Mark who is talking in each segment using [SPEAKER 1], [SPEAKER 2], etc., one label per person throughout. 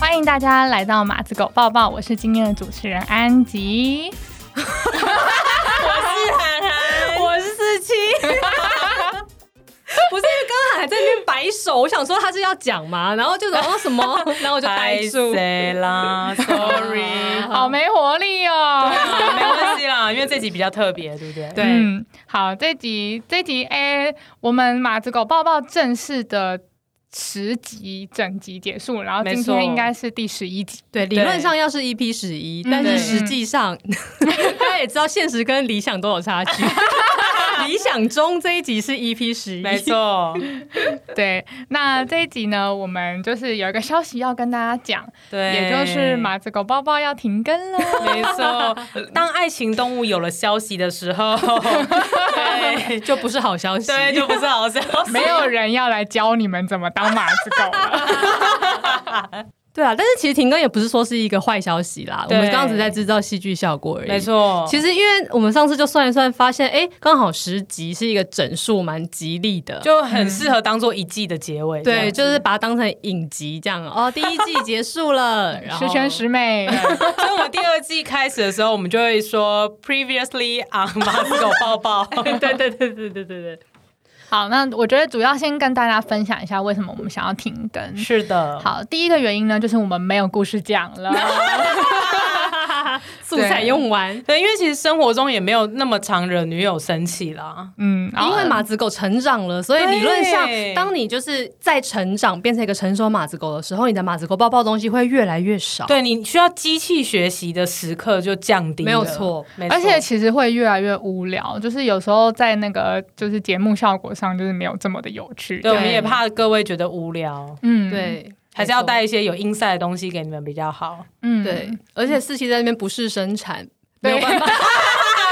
[SPEAKER 1] 欢迎大家来到马子狗抱抱，我是今天的主持人安吉。
[SPEAKER 2] 是涵 涵，我是四七。 不是，因为刚刚还在那边摆手，我想说他是要讲嘛，然后就说哦什么， 然后我就呆住。
[SPEAKER 3] 谁啦？Sorry，
[SPEAKER 1] 嗯
[SPEAKER 3] 啊
[SPEAKER 1] 好没活力哦。
[SPEAKER 3] 没关系啦，因为这集比较特别，对不对？
[SPEAKER 2] 对，
[SPEAKER 1] 嗯，好，这集这集哎、我们马子狗抱抱正式的十集整集结束，然后今
[SPEAKER 3] 没错
[SPEAKER 1] 天应该是第十一集。
[SPEAKER 2] 对，理论上要是 EP 十一，但
[SPEAKER 1] 对
[SPEAKER 2] 是实际上 大家也知道现实跟理想都有差 距。理想中这一集是 EP 十一，
[SPEAKER 3] 没。错，
[SPEAKER 1] 对，那这一集呢，我们就是有一个消息要跟大家讲，
[SPEAKER 3] 对，
[SPEAKER 1] 也就是马子狗抱抱要停更了。
[SPEAKER 3] 没错，当爱情动物有了消息的 时候，对
[SPEAKER 2] 就不是 好消息，
[SPEAKER 3] 对，就不是好 消息。
[SPEAKER 1] 没有人要来教你们怎么当马子狗 了。
[SPEAKER 2] 对啊，但是其实停更也不是说是一个坏消息啦，我
[SPEAKER 3] 对
[SPEAKER 2] 们刚刚只是在制造戏剧效果而已。
[SPEAKER 3] 没错，
[SPEAKER 2] 其实，因为我们上次就算一算，发现哎，诶刚好十集是一个整数，蛮吉利的。
[SPEAKER 3] 就很适合当做一季的结尾。这
[SPEAKER 2] 对，
[SPEAKER 3] 样子
[SPEAKER 2] 就是把它当成影集这样哦。第一季结束了， 然后
[SPEAKER 1] 十全十美，
[SPEAKER 3] 所以我们第二季开始的时候，我们就会说 previously on 马子狗抱抱。
[SPEAKER 2] 对对对对对对对，
[SPEAKER 1] 好，那我觉得主要先跟大家分享一下为什么我们想要停更。
[SPEAKER 3] 是的，
[SPEAKER 1] 好，第一个原因呢，就是我们没有故事讲 了。
[SPEAKER 2] 素材用完。
[SPEAKER 3] 对，因为其实生活中也没有那么常惹女友生气啦。
[SPEAKER 1] 嗯，然后
[SPEAKER 2] 因为马子狗成长了，所以理论上
[SPEAKER 3] 对，
[SPEAKER 2] 当你就是在成长，变成一个成熟马子狗的时候，你的马子狗抱抱东西会越来越少。，
[SPEAKER 3] 对你需要机器学习的时刻就降低了，
[SPEAKER 2] 没有错
[SPEAKER 3] 没错，
[SPEAKER 1] 而且其实会越来越无聊，就是有时候在那个就是节目效果上，就是没有这么的有趣。
[SPEAKER 3] 对，我们
[SPEAKER 2] 对
[SPEAKER 3] 也怕各位觉得无聊，
[SPEAKER 1] 嗯，，
[SPEAKER 2] 对，
[SPEAKER 3] 还是要
[SPEAKER 2] 没错
[SPEAKER 3] 带一些有 inside 的东西给你们比较好。
[SPEAKER 1] 嗯
[SPEAKER 2] 对，，而且四期在那边不是生产，没
[SPEAKER 1] 对
[SPEAKER 2] 有办法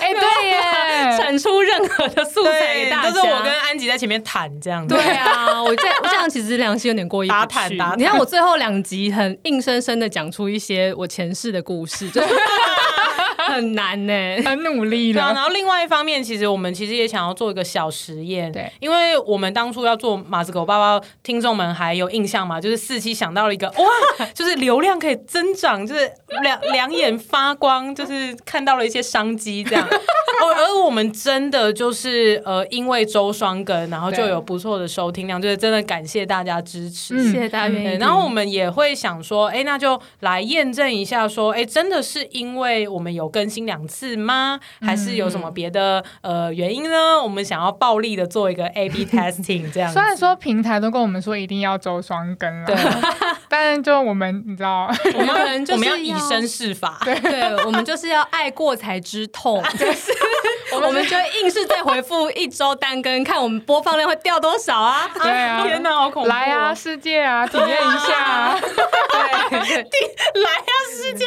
[SPEAKER 1] 哎，对耶，
[SPEAKER 2] 产出任何的素材给大家。
[SPEAKER 3] 都是我跟安吉在前面谈这样子。
[SPEAKER 2] 对 啊，我这我这样其实良心有点过意不去
[SPEAKER 3] 打 坦打坦
[SPEAKER 2] 你看我最后两集很硬生生的讲出一些我前世的故事， 就是很难呢、
[SPEAKER 1] 很努力
[SPEAKER 3] 对啊，
[SPEAKER 1] 了，
[SPEAKER 3] 然后另外一方面，其实我们其实也想要做一个小实验，
[SPEAKER 1] 对，
[SPEAKER 3] 因为我们当初要做马子狗爸爸，听众们还有印象吗？就是四期想到了一个哇， 就是流量可以增长，就是两两眼发光，就是看到了一些商机这样。 而而我们真的就是呃，因为周双更，然后就
[SPEAKER 1] 对
[SPEAKER 3] 有不错的收听量，就是真的感谢大家支持。
[SPEAKER 1] 嗯
[SPEAKER 2] 谢谢大家愿意
[SPEAKER 3] 对，
[SPEAKER 2] 听。
[SPEAKER 3] 然后我们也会想说，哎，那就来验证一下，说，哎，真的是因为我们有更新两次吗？还是有什么别的呃原因呢？我们想要暴力的做一个 A/B testing 这样子。
[SPEAKER 1] 虽然说平台都跟我们说一定要周双更
[SPEAKER 3] 对啊
[SPEAKER 1] 了，，但是就我们你知道，
[SPEAKER 2] 我们可能就是
[SPEAKER 3] 我们要以身试法。
[SPEAKER 2] 对，我们就是要爱过才知痛， 就是我们就硬是再回复一周单更，看我们播放量会掉多少啊。
[SPEAKER 1] 对啊，
[SPEAKER 3] 天哪，好恐怖、哦
[SPEAKER 1] 来啊，！世界啊，体验一下啊，
[SPEAKER 3] 来啊，世界！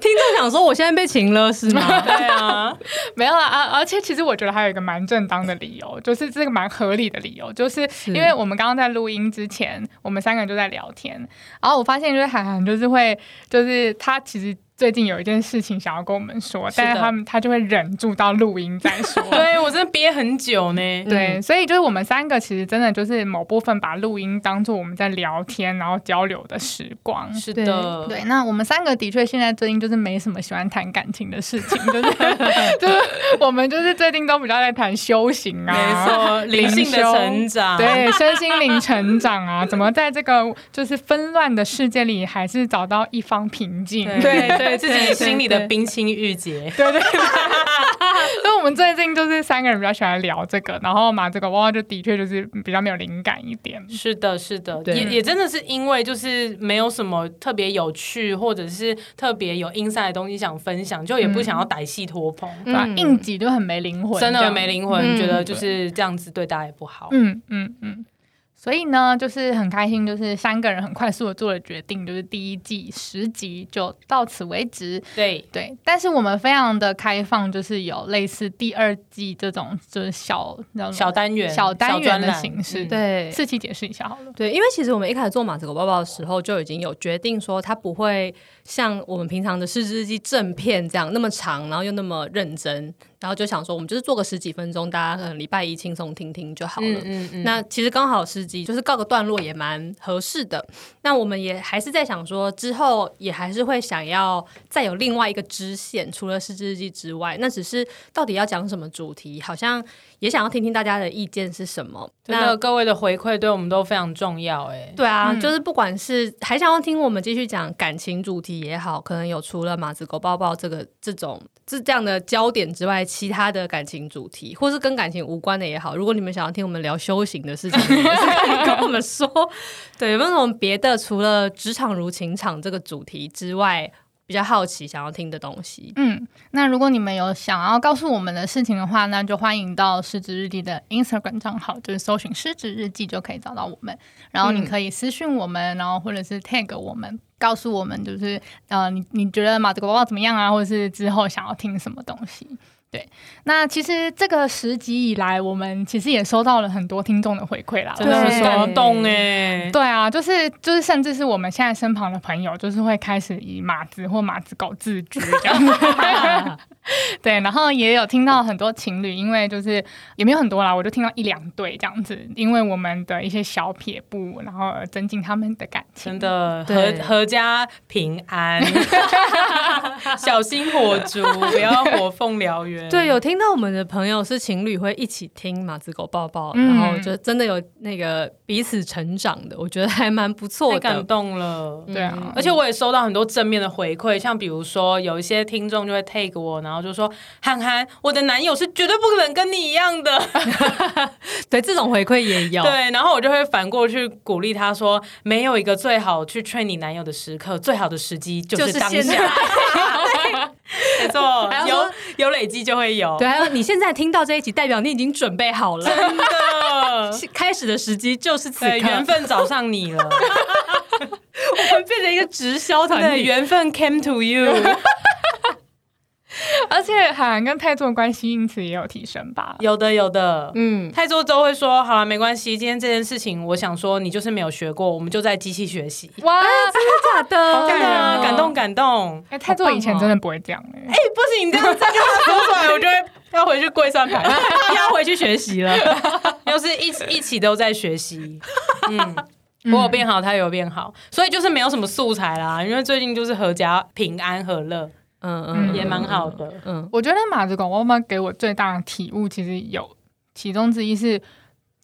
[SPEAKER 2] 听众想说，我现在被情了是 吗？
[SPEAKER 3] 对啊，
[SPEAKER 1] 没有啦啊！而且其实我觉得还有一个蛮正当的理由， 就是这个蛮合理的理由，就是因为我们刚刚在录音之前，我们三个人就在聊天，然后我发现就是涵涵就是会，就是他其实最近有一件事情想要跟我们说，
[SPEAKER 3] 是的
[SPEAKER 1] 但是他们他就会忍住到录音再说。
[SPEAKER 3] 对我真的憋很久呢。
[SPEAKER 1] 对，所以就是我们三个其实真的就是某部分把录音当做我们在聊天然后交流的时光。
[SPEAKER 3] 是的，
[SPEAKER 1] 对，那我们三个的确现在最近就是没什么喜欢谈感情的事情，就是就是我们就是最近都比较在谈修行啊，
[SPEAKER 3] 没错，灵性的成 长，
[SPEAKER 1] 对，身心灵成长啊，怎么在这个就是纷乱的世界里，还是找到一方平静？
[SPEAKER 3] 对对，自己
[SPEAKER 2] 对
[SPEAKER 3] 心里的
[SPEAKER 2] 对
[SPEAKER 3] 冰清玉洁。
[SPEAKER 1] 对 对对，所以我们最近就是三个人比较喜欢聊这个，然后嘛，这个娃娃就的确就是比较没有灵感一点。
[SPEAKER 3] 是的，是的，
[SPEAKER 2] 对
[SPEAKER 3] 也也真的是因为就是没有什么特别有趣或者是特别有 inside 的东西想分享，就也不想要歹戏拖棚，
[SPEAKER 1] 对吧？
[SPEAKER 2] 嗯
[SPEAKER 1] 硬挤就很没灵魂，
[SPEAKER 3] 真
[SPEAKER 1] 这
[SPEAKER 3] 的
[SPEAKER 1] 样
[SPEAKER 3] 没灵魂，
[SPEAKER 2] 嗯
[SPEAKER 3] 觉得就是这样子对大家也不好。
[SPEAKER 1] 嗯嗯嗯。所以呢，就是很开心，就是三个人很快速的做了决定，就是第一季十集就到此为止。
[SPEAKER 3] 对，
[SPEAKER 1] 对，但是我们非常的开放，就是有类似第二季这种就是小
[SPEAKER 2] 嗯
[SPEAKER 1] 那种
[SPEAKER 3] 小单元、
[SPEAKER 1] 小单元
[SPEAKER 3] 专
[SPEAKER 1] 的
[SPEAKER 3] 栏
[SPEAKER 1] 形式。
[SPEAKER 3] 嗯
[SPEAKER 2] 对，
[SPEAKER 1] 四期解释一下好了。
[SPEAKER 2] 对，因为其实我们一开始做马子狗抱抱的时候，就已经有决定说，它不会像我们平常的《失之日记》正片这样那么长，然后又那么认真。然后就想说我们就是做个十几分钟，大家可能礼拜一轻松听听就好了。
[SPEAKER 3] 嗯嗯嗯，
[SPEAKER 2] 那其实刚好十集就是告个段落也蛮合适的。那我们也还是在想说，之后也还是会想要再有另外一个支线，除了《失之日记》之外，那只是到底要讲什么主题，好像也想要听听大家的意见是什么。
[SPEAKER 3] 真
[SPEAKER 2] 那
[SPEAKER 3] 的各位的回馈对我们都非常重要哎。
[SPEAKER 2] 对啊，
[SPEAKER 1] 嗯
[SPEAKER 2] 就是不管是还想要听我们继续讲感情主题也好，可能有除了马子狗抱抱这个这种这这样的焦点之外，其他的感情主题，或是跟感情无关的也好，如果你们想要听我们聊修行的事情，也是可以跟我们说。 对，有没有什么别的除了职场如情场这个主题之外，比较好奇想要听的东西？
[SPEAKER 1] 嗯，那如果你们有想要告诉我们的事情的话，那就欢迎到失职日记的 Instagram 账号，就是搜寻失职日记就可以找到我们。然后你可以私讯我们，然后或者是 tag 我们，告诉我们就是呃，你你觉得马子国报怎么样啊，或者是之后想要听什么东西。对，那其实这个十集以来，我们其实也收到了很多听众的回馈啦，
[SPEAKER 3] 真的
[SPEAKER 1] 就是
[SPEAKER 3] 很
[SPEAKER 1] 说
[SPEAKER 3] 感动哎，
[SPEAKER 1] 对啊，就是就是，甚至是我们现在身旁的朋友，就是会开始以马子或马子狗自居这 样。对，然后也有听到很多情侣，因为就是也没有很多啦，我就听到一两对这样子，因为我们的一些小撇步，然后而增进他们的感情。
[SPEAKER 3] 真的
[SPEAKER 2] 对
[SPEAKER 3] 阖阖家平 安，小心火烛，不要火凤燎原。
[SPEAKER 2] 对，有听到我们的朋友是情侣会一起听马子狗抱抱，
[SPEAKER 1] 嗯
[SPEAKER 2] 然后就真的有那个彼此成长的，我觉得还蛮不错
[SPEAKER 3] 太
[SPEAKER 2] 的。
[SPEAKER 3] 感动了。
[SPEAKER 1] 对啊，
[SPEAKER 3] 而且我也收到很多正面的回馈，像比如说有一些听众就会 take 我，然后就说：“涵涵，我的男友是绝对不可能跟你一样的。
[SPEAKER 2] 对，这种回馈也有。
[SPEAKER 3] 对，然后我就会反过去鼓励他说：“没有一个最好去劝你男友的时刻，最好的时机就
[SPEAKER 2] 就是
[SPEAKER 3] 是当
[SPEAKER 2] 现在
[SPEAKER 3] 下。 没错
[SPEAKER 2] 还要，说
[SPEAKER 3] 有有累积就会有。
[SPEAKER 2] 对，还有你现在听到这一集，代表你已经准备好了，
[SPEAKER 3] 真 的，
[SPEAKER 2] 是开始的时机就是此刻。
[SPEAKER 3] 对，缘分找上你了，
[SPEAKER 2] 我们变成一个直销团
[SPEAKER 3] 对，
[SPEAKER 2] 队，
[SPEAKER 3] 缘分 came to you。
[SPEAKER 1] 而且海涵跟泰座的关系因此也有提升吧。
[SPEAKER 3] 有的，有的，
[SPEAKER 2] 嗯，
[SPEAKER 3] 泰州都会说：“好了，没关系，今天这件事情，我想说你就是没有学过，我们就在机器学习。”
[SPEAKER 1] 哇，
[SPEAKER 2] 啊 真的假的？
[SPEAKER 3] 真的啊
[SPEAKER 1] 哦
[SPEAKER 3] 感动感动！
[SPEAKER 1] 哎、泰座以前真的不会这样哎、
[SPEAKER 3] 哦哎、不行，你这样再跟他说出来，我就会要回去跪算盘。
[SPEAKER 2] 要回去学习了。
[SPEAKER 3] 又是一起一起都在学习，嗯，我有变好，他有变好，所以就是没有什么素材啦。因为最近就是合家平安和乐，
[SPEAKER 2] 嗯
[SPEAKER 1] 嗯
[SPEAKER 3] 也蛮好的。
[SPEAKER 2] 嗯，
[SPEAKER 1] 我觉得马子狗妈妈给我最大的体悟，其实有其中之一是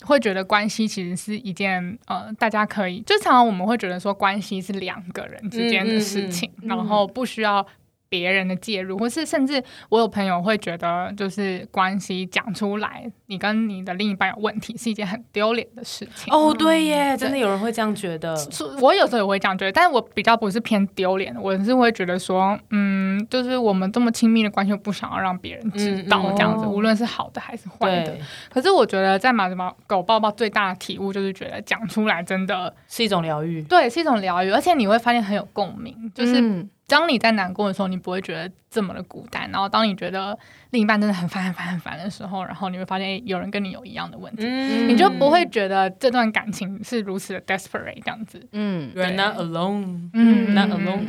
[SPEAKER 1] 会觉得关系其实是一件呃，大家可以就常常我们会觉得说关系是两个人之间的事情，
[SPEAKER 2] 嗯嗯嗯
[SPEAKER 1] 然后不需要。别人的介入，或是甚至我有朋友会觉得，就是关系讲出来，你跟你的另一半有问题，是一件很丢脸的事情。
[SPEAKER 3] 哦，对耶，真的有人会这样觉得，
[SPEAKER 1] 是我有时候也会这样觉得，但是我比较不是偏丢脸的，我是会觉得说，嗯，就是我们这么亲密的关系，我不想要让别人知道
[SPEAKER 3] 嗯嗯
[SPEAKER 1] 这样子，
[SPEAKER 2] 哦
[SPEAKER 1] 无论是好的还是坏的
[SPEAKER 3] 对。，
[SPEAKER 1] 可是我觉得在马子猫狗抱抱最大的体悟就是觉得讲出来真的
[SPEAKER 3] 是一种疗愈。
[SPEAKER 1] 对是一种疗愈，而且你会发现很有共鸣，就是
[SPEAKER 2] 嗯
[SPEAKER 1] 当你在难过的时候，你不会觉得这么的孤单，然后当你觉得另一半真的很烦很烦很烦的时候，然后你会发现、诶哎有人跟你有一样的问题。
[SPEAKER 3] 嗯
[SPEAKER 1] 你就不会觉得这段感情是如此的 desperate 这样子，
[SPEAKER 2] 嗯
[SPEAKER 3] ，You're not alone。
[SPEAKER 1] 嗯
[SPEAKER 3] Not alone
[SPEAKER 2] 嗯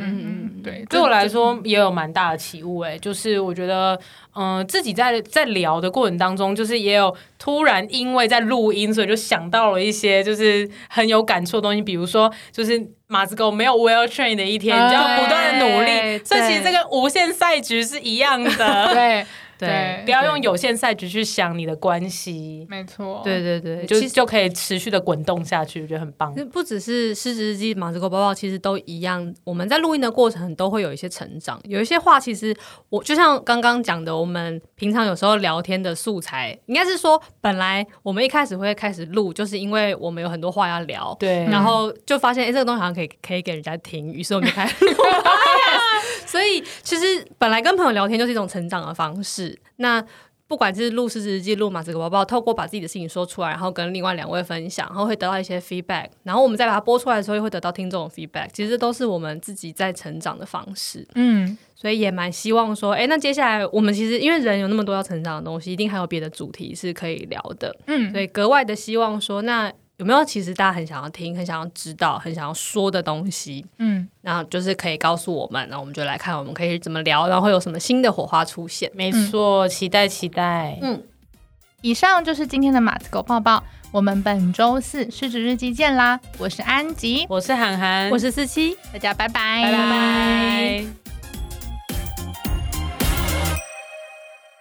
[SPEAKER 2] 嗯
[SPEAKER 1] 对，
[SPEAKER 3] 对我来，说也有蛮大的起悟诶、就是我觉得，嗯、自己在在聊的过程当中，就是也有突然因为在录音，所以就想到了一些就是很有感触的东西，比如说就是马子狗没有 well train 的一天，
[SPEAKER 1] 哎
[SPEAKER 3] 你就要不断的努
[SPEAKER 2] 啊对
[SPEAKER 3] 力，所以其实这个无限赛局是一样的，
[SPEAKER 1] 对
[SPEAKER 2] 对
[SPEAKER 3] 不要用有限赛局去想你的关系，
[SPEAKER 1] 没错，
[SPEAKER 2] 对对对，
[SPEAKER 3] 就
[SPEAKER 2] 其实嗯
[SPEAKER 3] 就可以持续的滚动下去，我觉得很棒。
[SPEAKER 2] 不只是失职日记、马子狗抱抱，其实都一样。我们在录音的过程都会有一些成长，有一些话其实我就像刚刚讲的，我们平常有时候聊天的素材，应该是说本来我们一开始会开始录，就是因为我们有很多话要聊，
[SPEAKER 3] 对，
[SPEAKER 2] 然后就发现哎、诶这个东西好像可以可以给人家听，于是我们就开始录。所以其实本来跟朋友聊天就是一种成长的方式。那不管是录《狮子日记》、录《马子狗宝宝》，透过把自己的事情说出来，然后跟另外两位分享，然后会得到一些 feedback，然后我们再把它播出来的时候，又会得到听众的 feedback。其实这都是我们自己在成长的方式。
[SPEAKER 1] 嗯，
[SPEAKER 2] 所以也蛮希望说，哎、那接下来我们其实因为人有那么多要成长的东西，一定还有别的主题是可以聊的，
[SPEAKER 1] 嗯
[SPEAKER 2] 所以格外的希望说，那有没有其实大家很想要听、很想要知道、很想要说的东西，
[SPEAKER 1] 嗯，
[SPEAKER 2] 然后就是可以告诉我们，然后我们就来看我们可以怎么聊，然后会有什么新的火花出现。
[SPEAKER 3] 没错，期待期待。
[SPEAKER 2] 嗯，
[SPEAKER 1] 以上就是今天的马子狗抱抱，我们本周四失职日记见啦！我是安吉，
[SPEAKER 3] 我是涵涵，
[SPEAKER 2] 我是思琪，
[SPEAKER 1] 大家拜拜，
[SPEAKER 3] 拜拜。